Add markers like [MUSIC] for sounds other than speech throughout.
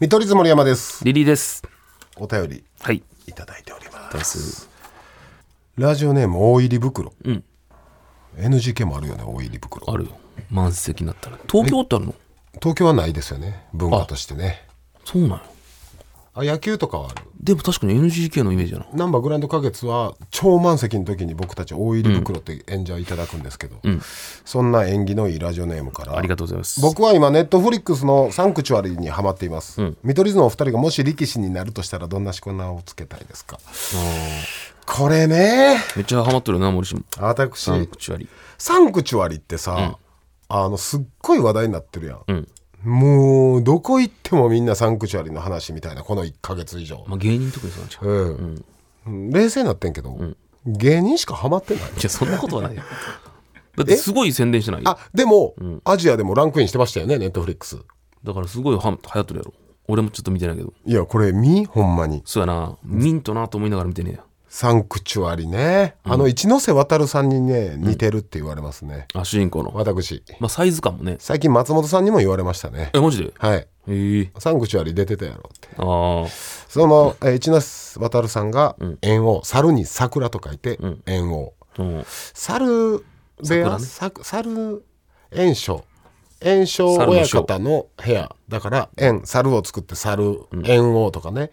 見取り図森山ですリリーです。お便りはい。いただいておりますラジオネーム大入り袋、NGK もあるよね大入り袋あるよ。満席になったら。東京ってあるの東京はないですよね文化としてねそうなんよ。あ野球とかはあるでも確かに NGK のイメージやな。ナンバーグランド花月は超満席の時に僕たち大入り袋って演者いただくんですけど、そんな縁起のいいラジオネームからありがとうございます。僕は今ネットフリックスのサンクチュアリにハマっています、見取り図のお二人がもし力士になるとしたらどんなしこ名をつけたいですかこれねめっちゃハマってるな、森氏も。私サンクチュアリ。サンクチュアリってさ、あのすっごい話題になってるやん、もうどこ行ってもみんなサンクチュアリの話みたいなこの1ヶ月以上、まあ芸人特にそうなんちゃう。うん冷静になってんけど、芸人しかハマってない [LAUGHS] いや、そんなことは [LAUGHS] ないよ。だってすごい宣伝してないよ。あでも、アジアでもランクインしてましたよねネットフリックスだからすごいは流行ってるやろ。俺もちょっと見てないけど。いやこれ見ほんまにそうやな。ミントなと思いながら見てねえや。サンクチュアリね、あの一ノ瀬渉さんにね似てるって言われますね、あ、主人公の。私まあサイズ感もね。最近松本さんにも言われましたねえ、マジではいへえ。サンクチュアリ出てたやろってああ。その、えー一ノ瀬渉さんが猿王、猿に桜と書いて猿王、うん。猿部屋、桜ね、ね猿炎症炎症猿親の章方の部屋だから猿猿を作って猿猿王とかね、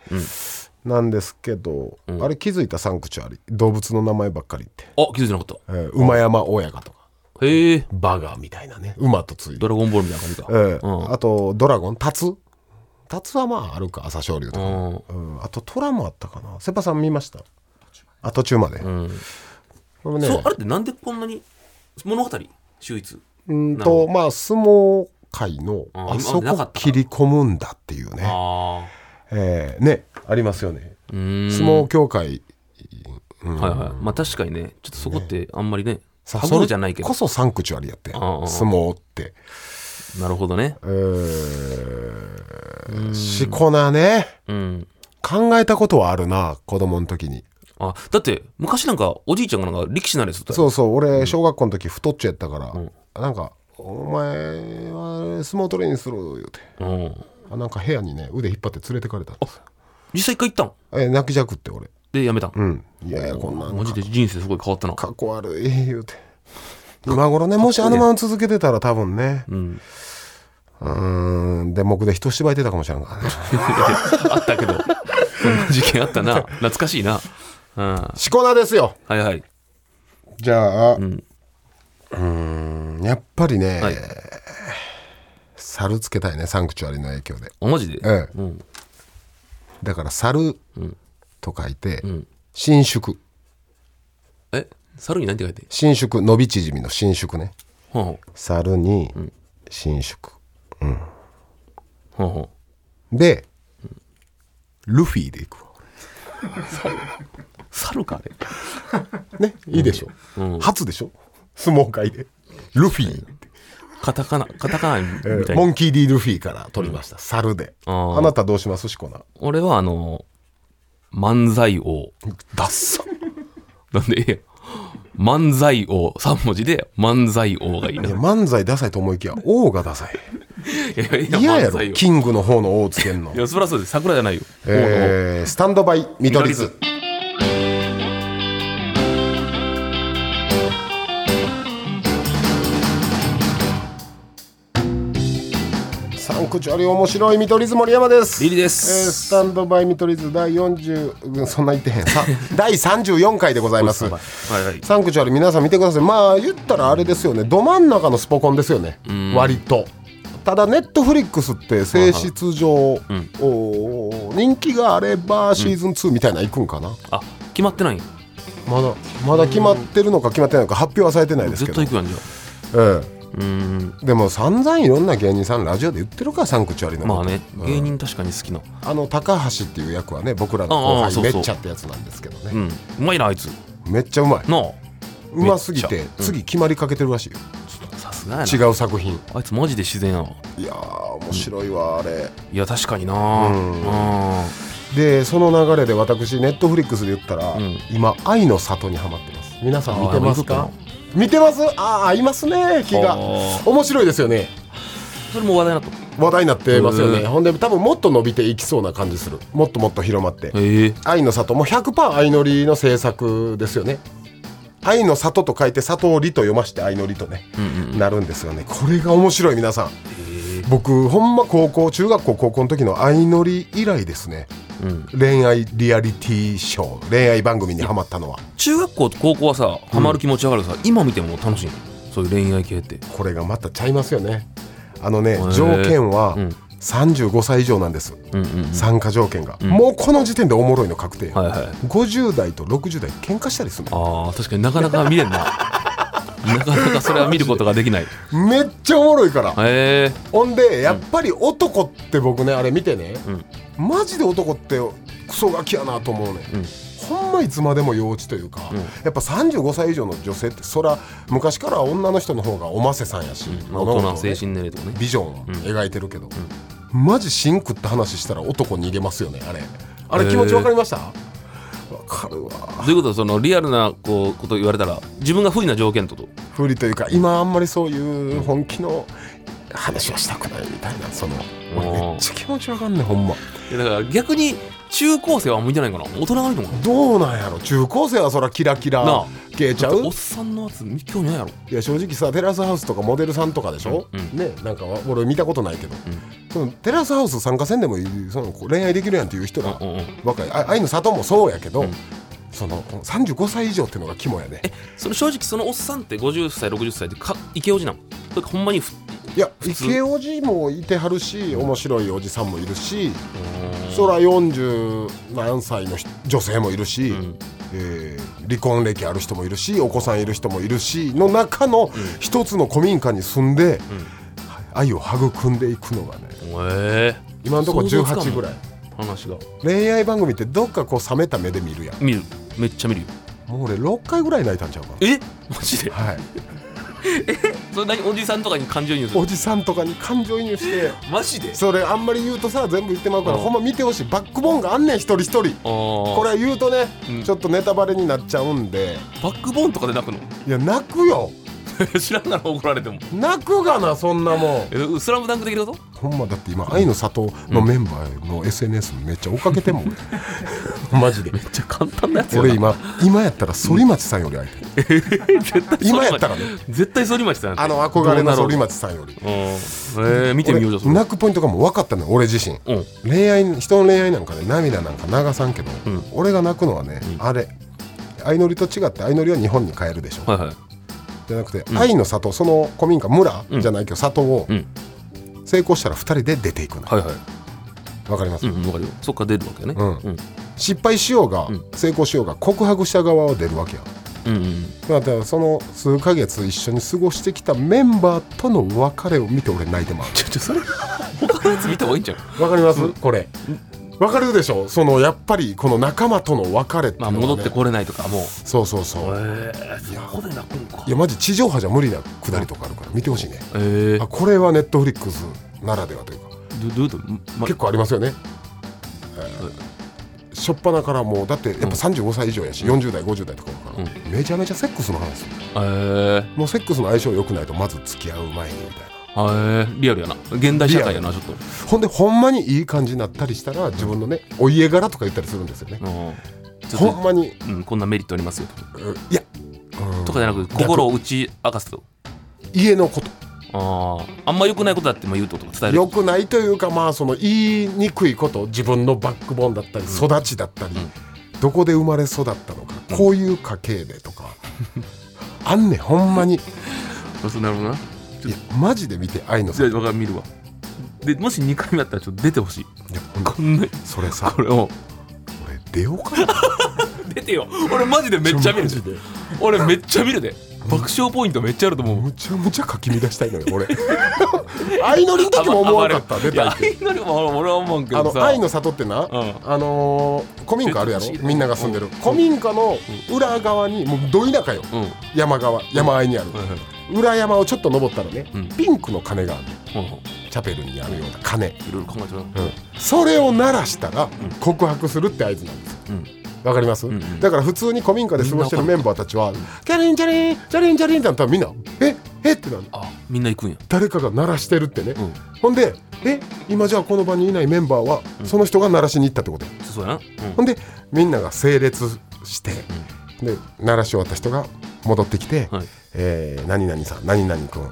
なんですけど、あれ気づいたサンクチュアリ動物の名前ばっかりって、あ、気づいてなかっえー馬山親方とかた。へえ。バガーみたいなね馬とついてド、ラゴンボールみたいな感じか。えーあとドラゴンタツタツはまああるか朝青龍とか、うん。うん、あと虎もあったかなセパさん見ましたあ途中まで、これねそう、あれってなんでこんなに物語秀逸。うんとまあ相撲界のんあそ今までなかこった切り込むんだっていうね、あえーねありますよねあ。うーん。相撲協会はいはい。まあ確かにね、ちょっとそこってあんまりね、さタブーじゃないけそどれ。こそサンクチュアリやって相んうん撲ってなるほどね。えーしこなねうん。考えたことはあるな子供の時にあ、だって昔なんかおじいちゃんがなんか力士になれそうだよ。そうそう俺小学校の時太っちょやったから、なんか「お前は相撲トレーニングする」言うてうん。あなんか部屋にね腕引っ張って連れてかれたんです実際一回行ったんえ泣きじゃくって俺で、やめたん。うんいやいやこんなんマジで人生すごい変わったな。かっこ悪い言うて今頃ねもしあのまま続けてたら多分ねうんーんで僕で人芝居てたかもしれんからねあった [LAUGHS] けど。こんな事件あったな。懐かしいな。うん。はしこなですよいはい。じゃあうんんやっぱりね、はい猿つけたいねサンクチュアリの影響であ、マジでええうん。だから猿と書いて、ん伸縮え、猿に何て書いて伸縮伸び縮みの伸縮ねほうほ猿に伸縮、う。ほうほでルフィでいくわう。猿かあれ。ねいいでしょ、初でしょ相撲界でルフィ、カタカナ、カタカナみたいモな。ンキー・ディ・ルフィから取りました、猿であーあなたどうしますしこな俺はあの、漫才王。ダッサなんで、いや漫才王、3文字で漫才王がいいな。いいや漫才ダサいと思いきや王がダサいやいや嫌や漫才ろ王キングの方の王つけんのいや、そりゃそうです。桜じゃないよ。えースタンドバイ見取り図サンクチュアリ面白い見取り図森山ですリリーでえースす。タンドバイ見取り図第40うんそんな言ってへんさ第34回でございますはいはい。サンクチュアリ皆さん見てくださいまあ言ったらあれですよねど真ん中のスポコンですよね割とただネットフリックスって性質上、おー人気があればシーズン2みたいなの行くんかな、あ、決まってないんやまだまだ決まってるのか決まってないのか発表はされてないですけ絶ど対行くやんじゃあ。えうーん。えでも散々いろんな芸人さんラジオで言ってるからサンクチュアリのことまあね、芸人確かに好きな。あの高橋っていう役はね僕らの後ああ輩そうめそうっちゃってやつなんですけどねうん。うまいな、あいつ。めっちゃうまいなあ。うますぎめてっち次決まりかけてるらしいよさすがやな。違う作品あいつマジで自然やわ。いやー面白いわあれいや、確かにな。うん。でその流れで私ネットフリックスで言ったら、ん今「愛の里」にハマってます皆さん見てますあーか見見てますああ合いますね気があー面白いですよねそれも話題になった。話題になってますよね、うんほんで多分もっと伸びていきそうな感じするもっともっと広まってええ「愛の里」もう100%愛のりの制作ですよね「愛の里」と書いて「里り」と読まして「愛のり」とね、なるんですよねこれが面白い皆さん、僕ほんま高校中学校高校の時の愛のり以来ですね、恋愛リアリティショー恋愛番組にハマったのは中学校と高校はさハマる気持ち上がるさ、今見ても楽しいのそういう恋愛系ってこれがまたちゃいますよねあのねー条件はうん35歳以上なんです、うんうんうん参加条件が、もうこの時点でおもろいの確定、はいはい50代と60代喧嘩したりするのあー確かになかなか見れんな [LAUGHS] なかなかそれは見ることができないめっちゃおもろいから、へえほんでやっぱり男って僕ねあれ見てね、マジで男ってクソガキやなと思うね、うんほんまいつまでも幼稚というか、やっぱ35歳以上の女性ってそら昔から女の人の方がおませさんやし、まあ大物人事をね精神年齢とかねビジョンを描いてるけど、マジシンクって話したら男逃げますよねあれあへれー気持ち分かりましたわかるわということはそのリアルなこうこと言われたら自分が不利な条件とと不利というか今あんまりそういう本気の話はしたくないみたいなその俺めっちゃ気持ち分かんねんほんまいやだから逆に中高生は向いてないかな大人がいいのかなどうなんやろ中高生はそらキラキなラあ消えちゃうおっさんのやつ興味ないやろいや正直さテラスハウスとかモデルさんとかでしょ、うんうんねなんかわ俺見たことないけど、んそのテラスハウス参加せんでもいいその恋愛できるやんっていう人らうんうんうん若いあ愛の里もそうやけど、うんその35歳以上っていうのが肝やねその正直そのおっさんって50歳60歳でかイケオジなのそれほんまにふいや通池おじもいてはるし面白いおじさんもいるし、うそら40何歳の人女性もいるし、んえー離婚歴ある人もいるしお子さんいる人もいるしの中の一つの古民家に住んで、愛を育んでいくのがねへえ今のところ想像つかん18ぐらい話が恋愛番組ってどっかこう冷めた目で見るやん見るめっちゃ見るよもう俺6回ぐらい泣いたんちゃうかえマジでなはいそれ何おじさんとかに感情移入するおじさんとかに感情移入してマジでそれあんまり言うとさ全部言ってまうからうんほんま見てほしいバックボーンがあんねん一人一人ここれは言うとね、うんちょっとネタバレになっちゃうんでバックボーンとかで泣くの [LAUGHS] いや泣くよ知らんなら怒られても泣くがなそんなもんえスラムダンク的なことほんまだって今愛の里のメンバーの SNS めっちゃ追っかけてんもん [LAUGHS] マジでめっちゃ簡単なやつ俺今今やったら反町さんより相手今やったらね絶対反町さんやってあの憧れの反町さんよりうんえー、見てみようじゃんそ俺れ泣くポイントがもう分かったのよ俺自身うん恋愛人の恋愛なんかで涙なんか流さんけど、ん俺が泣くのはね、あれ相乗りと違って相乗りは日本に帰るでしょ、はいはいじゃなくて、愛の里その古民家村じゃないけど里をうん成功したら2人で出ていくのわ、はいはいかります、うんわかるよそっから出るわけねうんうん失敗しようが、成功しようが告白した側は出るわけやうんうんだからその数ヶ月一緒に過ごしてきたメンバーとの別れを見て俺泣いてまうちょちょそれ他のやつ見た方がいいんじゃんわかります、これわかるでしょそのやっぱりこの仲間との別れっていう [LAUGHS] まのはあね戻ってこれないとかもうそうそうそうええそこで泣くんかいやマジ地上波じゃ無理なくだりとかあるから見てほしいねええあこれはネットフリックスならではというかどどういうことま結構ありますよね、えー、初っ端からもうだってやっぱ35歳以上やし、40代50代とかだから、めちゃめちゃセックスの話ええもうセックスの相性良くないとまず付き合う前にみたいなええリアルやな現代社会やなちょっとほんでほんまにいい感じになったりしたら自分のねお家柄とか言ったりするんですよね、うんちょっほんとまにうんこんなメリットありますよとかうんいやとかじゃなく心を打ち明かすと家のことあああんま良くないことだってまあ言うととか伝える良くないというかまあその言いにくいこと自分のバックボーンだったり育ちだったり、どこで生まれ育ったのか、こういう家系でとか [LAUGHS] あんねんほんまにいそうなるほどなやマジで見て愛のじさゃあ分かる見るわでもし2回目だったらちょっと出てほしいこんなそれさこれを俺出ようかな出てよ俺マジで [LAUGHS] めっちゃ見るマジで俺めっちゃ見るで爆笑ポイントめっちゃあると思うむちゃむちゃかき乱したいのよ [LAUGHS] 俺愛のりの時も思わなかった出いやたい愛のりも俺は思うんけあどのさ愛の里ってな、んあのー古民家あるやろちょっとみんなが住んでる、古民家の裏側にもうど田舎よ、うん山側山あいにある、はいはい裏山をちょっと登ったらね、うんピンクの鐘があるほうほチャペルにあるような鐘、ういろいろ考えてるそれを鳴らしたら告白するって合図なんですようんわかります、んうんだから普通に古民家で過ごしてるメンバーたちは「チャリンチャリンチャリンチャリン」ってなったらみんな「ええってなるあみんな行くんや誰かが鳴らしてるってね、うんほんでえ今じゃあこの場にいないメンバーはうんその人が鳴らしに行ったってことや、そうやな、ほんでみんなが整列して、で鳴らし終わった人が戻ってきて「はいえー何々さん何々君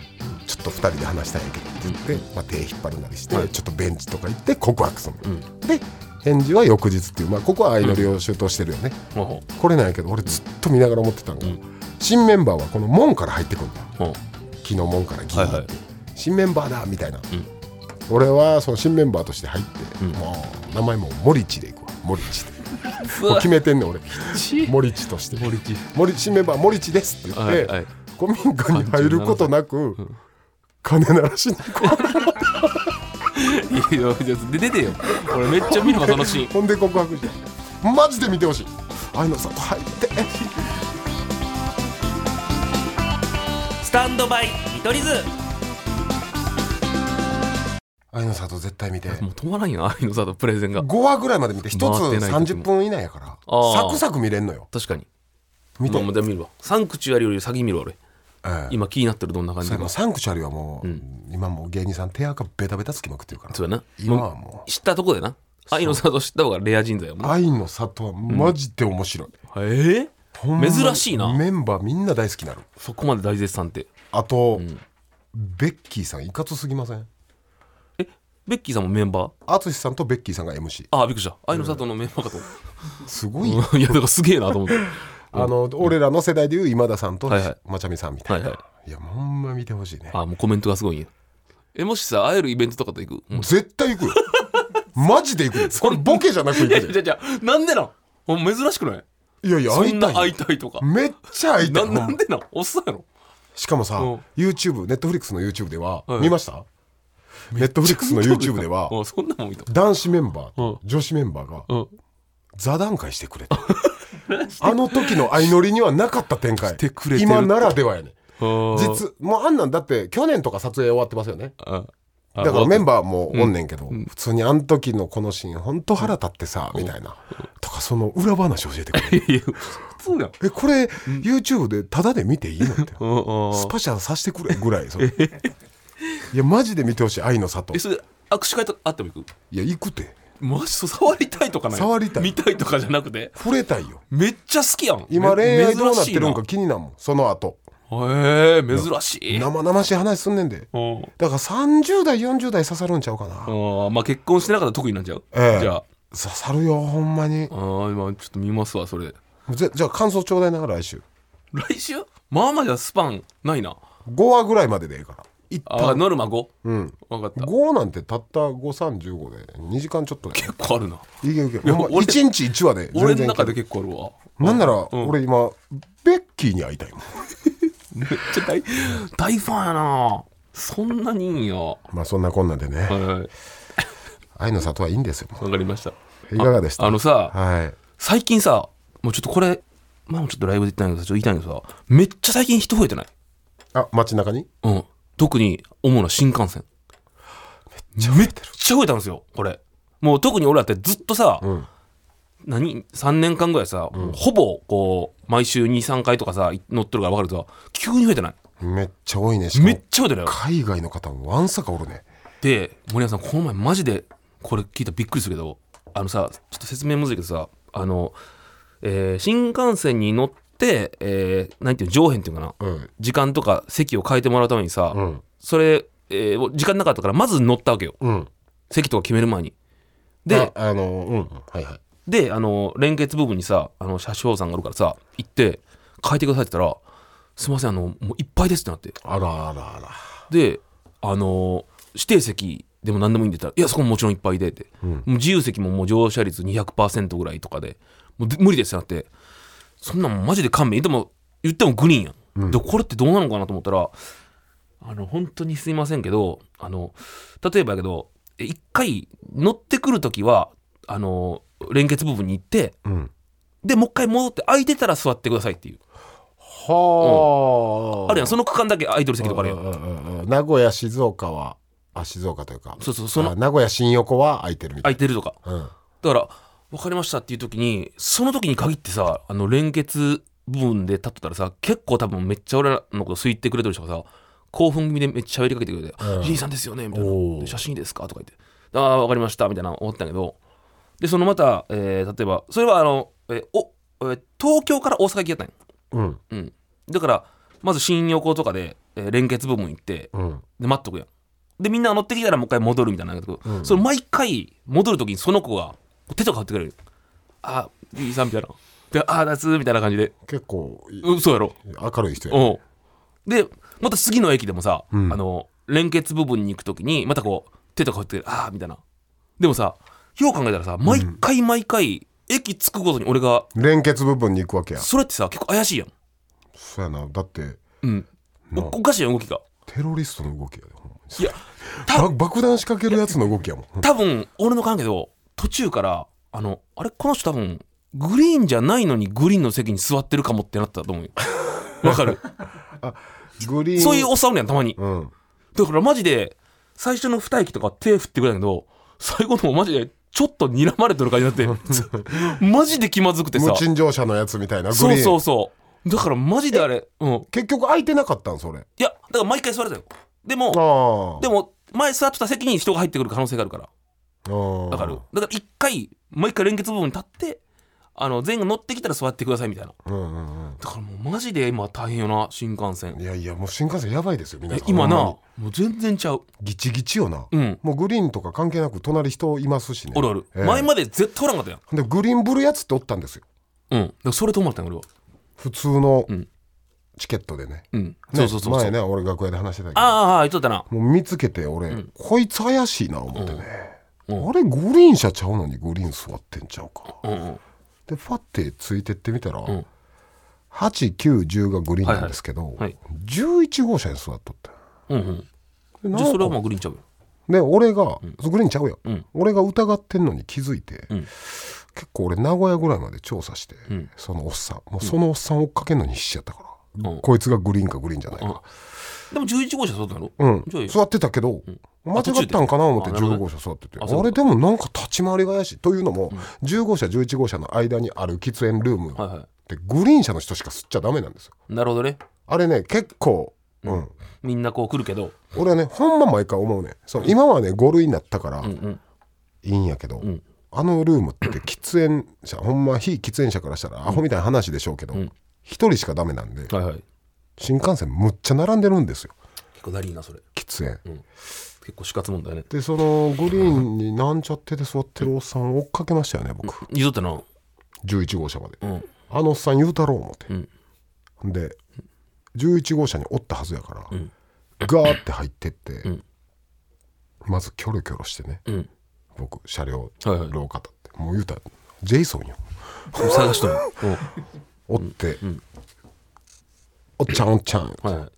ちょっと2人で話したいんやけど」って言って、まあ、手引っ張るなりして、はいちょっとベンチとか行って告白するうの、んで返事は翌日っていう、まあ、ここは相乗りを周到してるよね、ほうほこれなんやけど俺ずっと見ながら思ってたんが、うん新メンバーはこの門から入ってくるんだうほ木の門からギうーはっいて、はい新メンバーだみたいな、ん俺はその新メンバーとして入って、うんもう名前も森地でいくわ森地でもう決うめてんねん俺ち森地として森地森新メンバー森地ですって言っはて、いはい古民家に入ることなく、金鳴らしに行こいやいやで出てよ俺めっちゃ見るの楽しいうほんで告白してマジで見てほしい愛の里入ってスタンドバイ見取り図愛の里絶対見てもう止まらんよ愛の里プレゼンが5話ぐらいまで見て1つ回ってない時30も分以内やからあーサクサク見れんのよ確かに見て、まあまあじゃあ見るわサンクチュアリより先見るわ俺ええ今気になってるどんな感じそかうやなサンクチュアリはもう、今もう芸人さん手垢ベタベタつきまくってるからそうやな今はも知ったとこでな愛の里知った方がレア人材やもんうな愛の里はマジで面白い、えほんまに珍しいなメンバーみんな大好きになるそこまで大絶賛ってあと、ベッキーさんいかつすぎませんえベッキーさんもメンバー淳さんとベッキーさんが MC あびっくりした愛の里のメンバーかと思っすごい、た [LAUGHS] いやだからすげえなと思ってあの、俺らの世代でいう今田さんとはいはいまちゃみさんみたいな、、はいはいやほんま見てほしいねあもうコメントがすごいんやえもしさ会えるイベントとかと行くもう絶対行くよマジで行く [LAUGHS] よこれボケじゃなく行いやくじでゃじゃなんでなんほんま珍しく [LAUGHS] ないいやいやそ会んいたない会いよたいとかめっちゃ会いたいなほんまなんでなんおっさんやろしかもさ、うん YouTube、ネットフリックスの YouTube では、はい見ましたネットフリックスの YouTube では、うん [LAUGHS] そんなもん見た男子メンバーとう女子メンバーうがん座談会してく [LAUGHS] れた。あの時の相乗りにはなかった展開。てくれてる今ならではやね。実実、もうあんなんだって去年とか撮影終わってますよね。ああだからメンバわーもおんねんけど、普通にあの時のこのシーン、ほんと腹立ってさ、みたいな。とか、その裏話教えてくれる。 [LAUGHS] いやいや普通やんえ、これ、YouTube でタダで見ていいのって。 [LAUGHS] うんうんスパシャさせてくれぐらい [LAUGHS] それいやマジで見てほしい愛の里えそれ握手会と会っても行くいや行くてマジそう触りたいとかない触りたい見たいとかじゃなくて触れたいよめっちゃ好きやん今め恋愛どうなってるんか珍し気になんもんその後いなへえ珍しい生々しい話すんねんでうんだから30代40代刺さるんちゃうかなあーまあ結婚してなかったら特になんちゃう、ええじゃあ刺さるよほんまにあー今ちょっと見ますわそれぜじゃあ感想ちょうだいな来週来週まあまあじゃスパンないな5話ぐらいまででええから一あー旦ノルマ 5? うん分かった結5なんてたった535で2時間ちょっとで構あるないけいけやほんま俺1日1話で俺全然いけの中るで結構あるわなんならうん俺今ベッキーに会いたいもんめっちゃ大大ファンやなそんなにいいんやはまあそんなこんなんでね、いはい愛の里はいいんですよ。わかりましたいかがでしたあのさはい。最近さもうちょっとこれ前もちょっとライブで言ったんだけどちょっと言いたいんだけどさめっちゃ最近人増えてないあ、街中にうん特に主な新幹線めっちゃ増えたんですよこれもう特に俺らってずっとさ、ん何3年間ぐらいさ、もうほぼこう毎週23回とかさ乗ってるから分かるけどさ急に増えてないめっちゃ多いね。しかめっもちゃ増えてないよ海外の方もわんさかおるね。で森山さんこの前マジでこれ聞いたらびっくりするけどあのさちょっと説明むずいけどさあの、えー新幹線に乗って、えーなんていうの上辺っていうのかな、うん。時間とか席を変えてもらうためにさ、うん。それ、えー時間なかったからまず乗ったわけようん。席とか決める前にでで、あの、うん。はいはい。であの連結部分にさあの車掌さんがあるからさ行って変えてくださいって言ったら「すいませんあのもういっぱいです」ってなってあらあらあら。であの指定席でも何でもいいんで言ったら「いやそこももちろんいっぱいで」って、もう自由席ももう乗車率200%ぐらいとかでもうで無理ですってなってそんなんもうマジで勘弁でも言ってもグリーンやん、でこれってどうなのかなと思ったらあの本当にすいませんけどあの例えばやけどえ一回乗ってくる時はあの連結部分に行ってうん。でもう一回戻って空いてたら座ってくださいっていうはあ。あるやんその区間だけ空いてる席とかあるやんうんうんうん名古屋、静岡は、あ、静岡というか。そうそうそのあ名古屋、新横は空いてるみたい空いてるとかな。うん。だから分かりましたっていう時にその時に限ってさあの連結部分で立ってたらさ結構多分めっちゃ俺らのこと好いてくれてる人がさ興奮気味でめっちゃ喋りかけてくれて「リリーさんですよね」みたいおなーで「写真いいですか?」とか言って「ああ分かりました」みたいな思ったけどでそのまた、えー例えばそれはあの、えーおえー東京から大阪行きやったんようんうん、だからまず新横とかで、えー連結部分行ってうんで待っとくやんでみんな乗ってきたらもう一回戻るみたいなんだけど、それ毎回戻る時にその子が手とか振ってくれるあーいいさんみたいなでああだつみたいな感じで結構いうんそうやろ明るい人やおでまた次の駅でもさ、あの連結部分に行く時にまたこう手とか振ってくれるああみたいなでもさよう考えたらさ毎回毎回駅着くごとに俺が連結部分に行くわけやそれってさ結構怪しいやん、そうやなだってうん、おおかしいやん動きがテロリストの動きやでほんまにいやば爆弾仕掛けるやつの動きやもん多分俺の関係ど途中からあのあれこの人多分グリーンじゃないのにグリーンの席に座ってるかもってなったと思 [LAUGHS] うよわかるグリーンそういうおっさんおるやんたまにうんだからマジで最初の二駅とか手振ってくれたけど最後の方マジでちょっと睨まれてる感じになってず [LAUGHS] マジで気まずくてさ無賃乗車のやつみたいなグリーンそうそうそうだからマジであれうん結局空いてなかったんそれいやだから毎回座れたよであもあでも前座ってた席に人が入ってくる可能性があるからもわかるだから一回毎回連結部分に立ってあの全員が乗ってきたら座ってくださいみたいなうんうんうんだからもうマジで今大変よな新幹線いやいやもう新幹線やばいですよ皆えさん今なほんまもう全然ちゃうにギチギチよな、うんもうグリーンとか関係なく隣人いますしねおるおる、ええ前まで絶対おらんかったやんでグリーンブルやつっておったんですようんだからそれと思ったんや俺は普通のうんチケットでね,ね、うん、そうそうそうそう、前ね俺楽屋で話してたけどああ言っとったなもう見つけて俺、こいつ怪しいな思ってね、うんうんあれグリーン車ちゃうのにグリーン座ってんちゃうかうんうんでファってついてってみたら、ん8910がグリーンなんですけど、いはい11号車に座っとってうんうんでなんじゃあかそれはまあグリーンちゃうよで俺が、そうグリーンちゃうよ、ん俺が疑ってんのに気づいて、ん結構俺名古屋ぐらいまで調査して、んそのおっさんもうそのおっさん追っかけんのに必死やったから、うんこいつがグリーンかグリーンじゃないか、でも11号車そうだろうんじゃあいいよ座ってたけど、間違ったんかな思ってあ途中で15号車座っててああそうれでもなんか立ち回りが怪しいというのも、10号車11号車の間にある喫煙ルームはいはでグリーン車の人しか吸っちゃダメなんですよいなるほどねあれね結構、うんみんなこう来るけど俺はねほんま毎回思うねその今はね5類になったから、うんうんいいんやけど、んあのルームって喫煙者ほんま非喫煙者からしたらアホみたいな話でしょうけどん一、人しかダメなんではいはい新幹線むっちゃ並んでるんですよ結構だりーなそれ喫煙結構死活問題ねでそのグリーンになんちゃってで座ってるおっさんを追っかけましたよね僕言うとったな11号車までうんあのおっさん言うたろう思ってうんで11号車におったはずやから、ガーって入ってって、んまずキョロキョロしてねうん僕車両はいはい廊下立ってもう言うたらジェイソンよ探しとるおって、おっちゃんおっちゃん、うんはいはい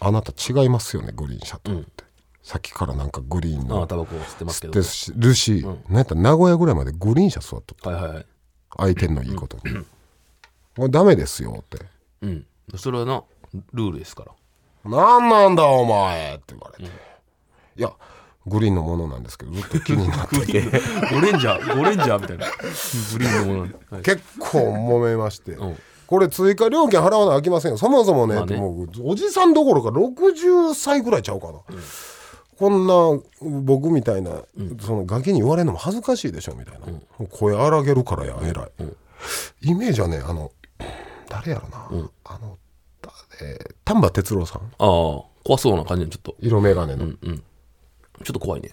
あなた違いますよねグリーン車と思って、さっきからなんかグリーンああのタバコ吸ってますけ吸どってしるし、なんやったら名古屋ぐらいまでグリーン車座っとったはいはいはい相手のいいことに、これダメですよってうんそれはなルールですからなんなんだお前って言われて、いやグリーンのものなんですけどずっと気になっててゴレンジャーゴレンジャーみたいなグリーンのものはい結構揉めまして、んこれ追加料金払わなあきませんよそもそもね,、まあねもうおじさんどころか60歳ぐらいちゃうかな、こんな僕みたいな、そのガキに言われるのも恥ずかしいでしょみたいな、もう声荒げるからや偉い、イメージはねあの誰やろな、あの、だえー丹波哲郎さんああ怖そうな感じのちょっと色眼鏡の、ちょっと怖いね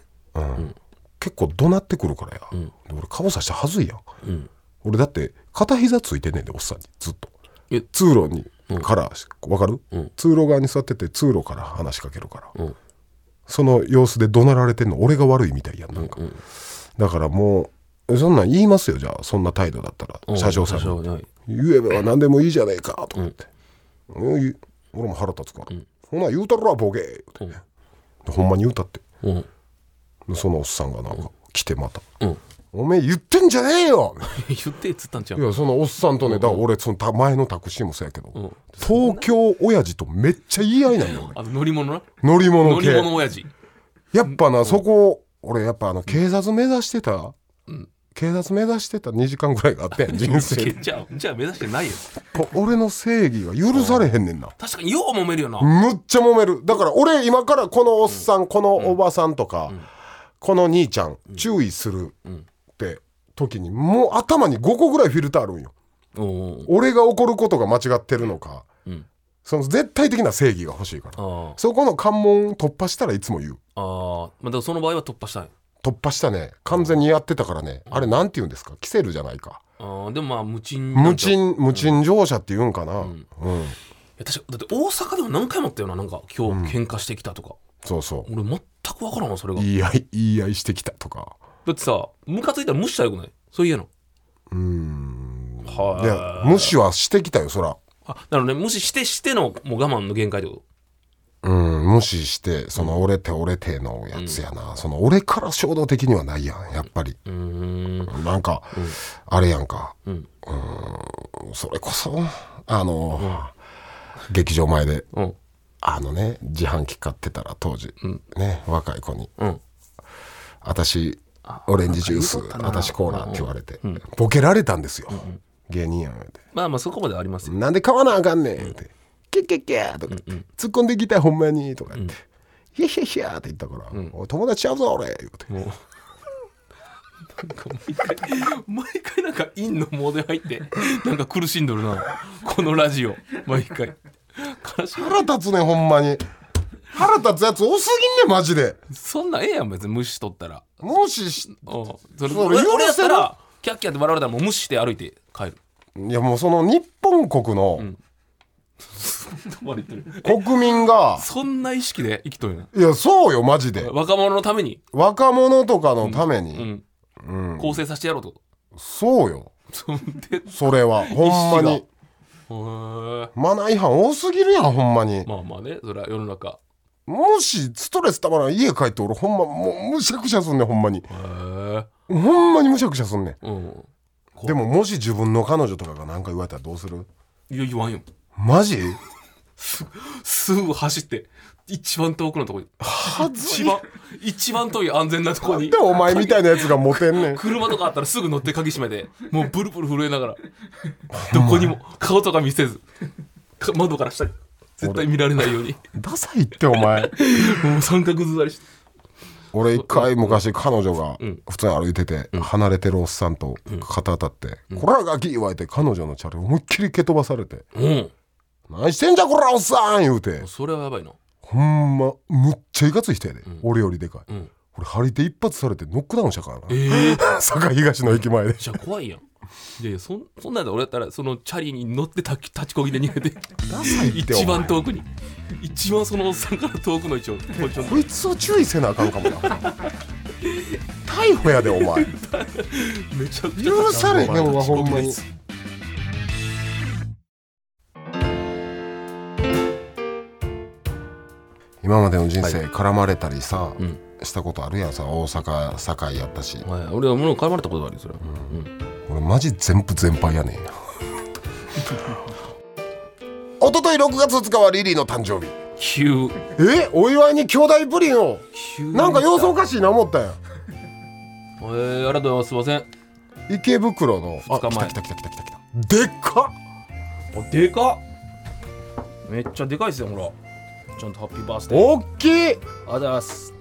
結構怒鳴ってくるからや、で俺顔さしたはずいやん、俺だって片膝ついてんねんでおっさんにずっとえ通路にから、わかる、ん通路側に座ってて通路から話しかけるから、うんその様子で怒鳴られてんの俺が悪いみたいやんなんか、だからもうそんなん言いますよじゃあそんな態度だったら、車掌さん車に掌はい言えば何でもいいじゃねえかとかって、うん俺も腹立つから、ほな言うたろボケって、でほんまに言うたってうんでそのおっさんがなんか来てまた、うんおめえ言ってんじゃねえよ言ってっつったんちゃいうやそのおっさんとねだから俺そのた前のタクシーもそうやけど、ん東京親父とめっちゃ言い合いなんよ俺あの乗り物な乗り物乗り系物親父やっぱなそこ俺やっぱあの警察目指してた警察目指してた2時間ぐらいがあ [LAUGHS] ってん人生でじゃあじゃあ目指してないよこ俺の正義が許されへんねんな確かによう揉めるよな、むっちゃ揉めるだから俺今からこのおっさん、このおばさんとか、この兄ちゃん注意するって時にもう頭に5個ぐらいフィルターあるんよおー俺が怒ることが間違ってるのか、んその絶対的な正義が欲しいからあーそこの関門突破したらいつも言うあー、まあ、だからその場合は突破したい突破したね完全にやってたからねあれなんて言うんですかキセルじゃないかあーでもまあ無賃なん無ちゃい賃無賃乗車って言うんかな、うんや確かだって大阪でも何回もあったよななんか今日喧嘩してきたとか、そうそう俺全く分からんわそれがだ言い合い言い合いしてきたとかってさムカついたら無視したらよくないそういうのうんはいいや無視はしてきたよそらあなのね無視してしてのもう我慢の限界ってこうん無視してその俺て俺てのやつやな、その俺から衝動的にはないやんやっぱり、とうーんなんか、あれやんか、うんんそれこそあの、劇場前でうんあのね自販機買ってたら当時、ね若い子にうん「私オレンジジュースなんか言うとったな私コーラ」って言われて、ボケられたんですよ、芸人やん言うてまあまあそこまではありますよ、なんで買わなあかんねん」って「キャッキャッキャー」とか言って「突っ込んできたほんまに」とか言って「ヒャヒャヒャ」って言ったから「おい友達ちゃうぞ俺」言うてもうなんか毎回 [LAUGHS] 毎回なんか陰のモードに入ってなんか苦しんどるなこのラジオ毎回悲しい腹立つねんほんまに腹立つやつ多すぎんねんマジでそんなんええやん別に無視しとったらもししうんそれそ俺れ俺やっ許せたるらキャッキャって笑われたらもう無視して歩いて帰るいやもうその日本国の国民が、そんな意識で生きとるんやいやそうよマジで若者のために、若者とかのために、うん構成させてやろうとそうよそんでそれはほんま [LAUGHS] に意へーマナー違反多すぎるやんほんまにまあまあねそれは世の中もしストレスたまらん家帰って俺ほんまもうむしゃくしゃすんねんほんまにへえほんまにむしゃくしゃすんねんうんでももし自分の彼女とかが何か言われたらどうするいや言わんよマジすぐ走って一番遠くのとこには一番一番遠い安全なとこにでお前みたいなやつがモテんねん車とかあったらすぐ乗って鍵閉めてもうブルブル震えなが [LAUGHS] らどこにも顔とか見せずか窓から下に絶対見られないようにダサいってお前もう三角座りして俺一回昔彼女が普通に歩いてて離れてるおっさんと肩当たって「こらガキ!」言われて彼女のチャリ思いっきり蹴飛ばされてうん「何してんじゃこらおっさん!」言うてそれはやばいなほんまむっちゃいかつい人やで俺よりでかいん俺張り手一発されてノックダウンしたからな [LAUGHS] ええ堺東の駅前でじゃあ怖いやんいやいやそんそんなんだ俺だったらそのチャリに乗って立ち立ちこぎで逃げてってお前一番遠くに一番そのおっさんから遠くの位置をこっちのこいつを注意せなあかんかもな [LAUGHS] 逮捕やでお前めちゃくちゃ許されへんわ立ちほこんぎのまやにつ今までの人生絡まれたりさ、んしたことあるやんさ大阪堺やったし、はい俺はもう絡まれたことがあるよそれは、うん俺マジ全部全敗やねんや [LAUGHS] 一昨日6月2日はリリーの誕生日急えお祝いに兄弟プリンを急になんか様子おかしいな思ったやんえー、ありがとうございますすいません池袋のあ来た二日前来た来た来た来た来たでっかっあでかっめっちゃでかいですよほらちゃんとハッピーバースデーあ大りきいがとうございます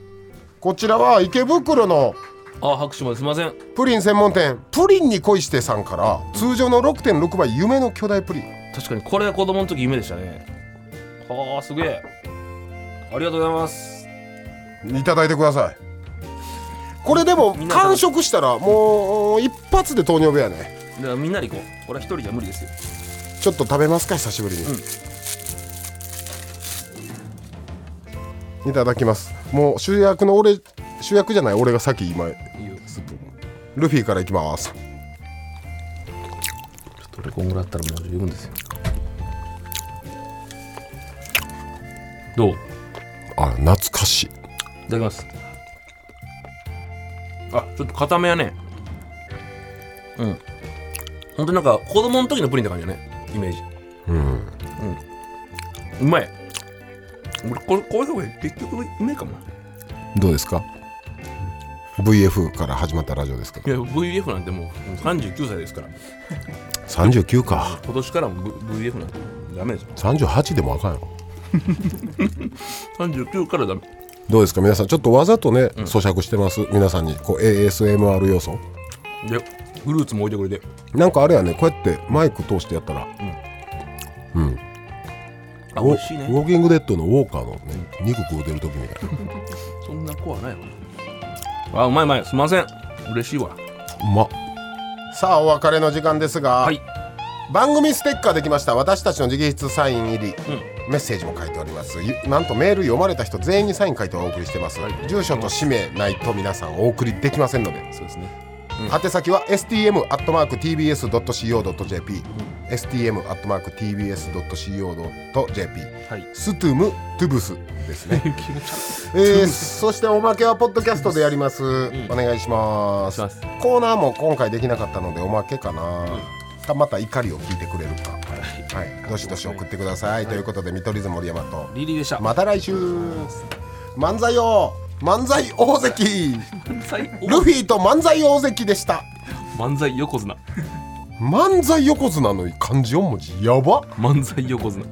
こちらは池袋のあ拍手まですいませんプリン専門店プリンに恋してさんから通常の6.6倍夢の巨大プリン確かにこれは子供の時夢でしたねはあすげえありがとうございますいただいてくださいこれでもみんな完食したらもう一発で糖尿病やねではみんなで行こうこれは一人じゃ無理ですよちょっと食べますか久しぶりに、いただきますもう主役の俺主役じゃない俺がさっき今いいよスプーンルフィからいきますちょっと俺こんぐらいあったらもう十分ですよどういあ懐かしいただきますあちょっと固めやねうんほんとなんか子供の時のプリンって感じだねイメージうん、うまい俺これこういう方が結局うめえかもなどうですか VF から始まったラジオですけいどや VF なんてもうもう39歳ですから39か今年からも V- VF なんてダメですよ38でもあかんよ39からダメどうですか皆さんちょっとわざとね咀嚼してます、皆さんにこう ASMR 要素でフルーツも置いてくれてなんかあれやねこうやってマイク通してやったらあウ美ォ味しウいねォーキングデッドのウォーカーの、ね、肉食うてる時みたいそんな子はないわあうまいうまいすいません嬉しいわなうまっさあお別れの時間ですが、はい番組ステッカーできました私たちの直筆サイン入り、メッセージも書いておりますゆなんとメール読まれた人全員にサイン書いてお送りしてます、住所と氏名ないと皆さんお送りできませんのでそうですね宛先は stm.tbs.co.jp、stm.tbs.co.jp、はいストゥムトゥブスです [LAUGHS] ね、えー、そしておまけはポッドキャストでやります、お願いしますお願いしまコーナーも今回できなかったのでおまけかな、かまた怒りを聞いてくれるか、はいどしどし送ってください、ということで見取り図森山とリリーでしたまた来週漫才王漫才大関漫才ルフィと漫才大関でした漫才横綱漫才横綱の漢字4文字やば漫才横綱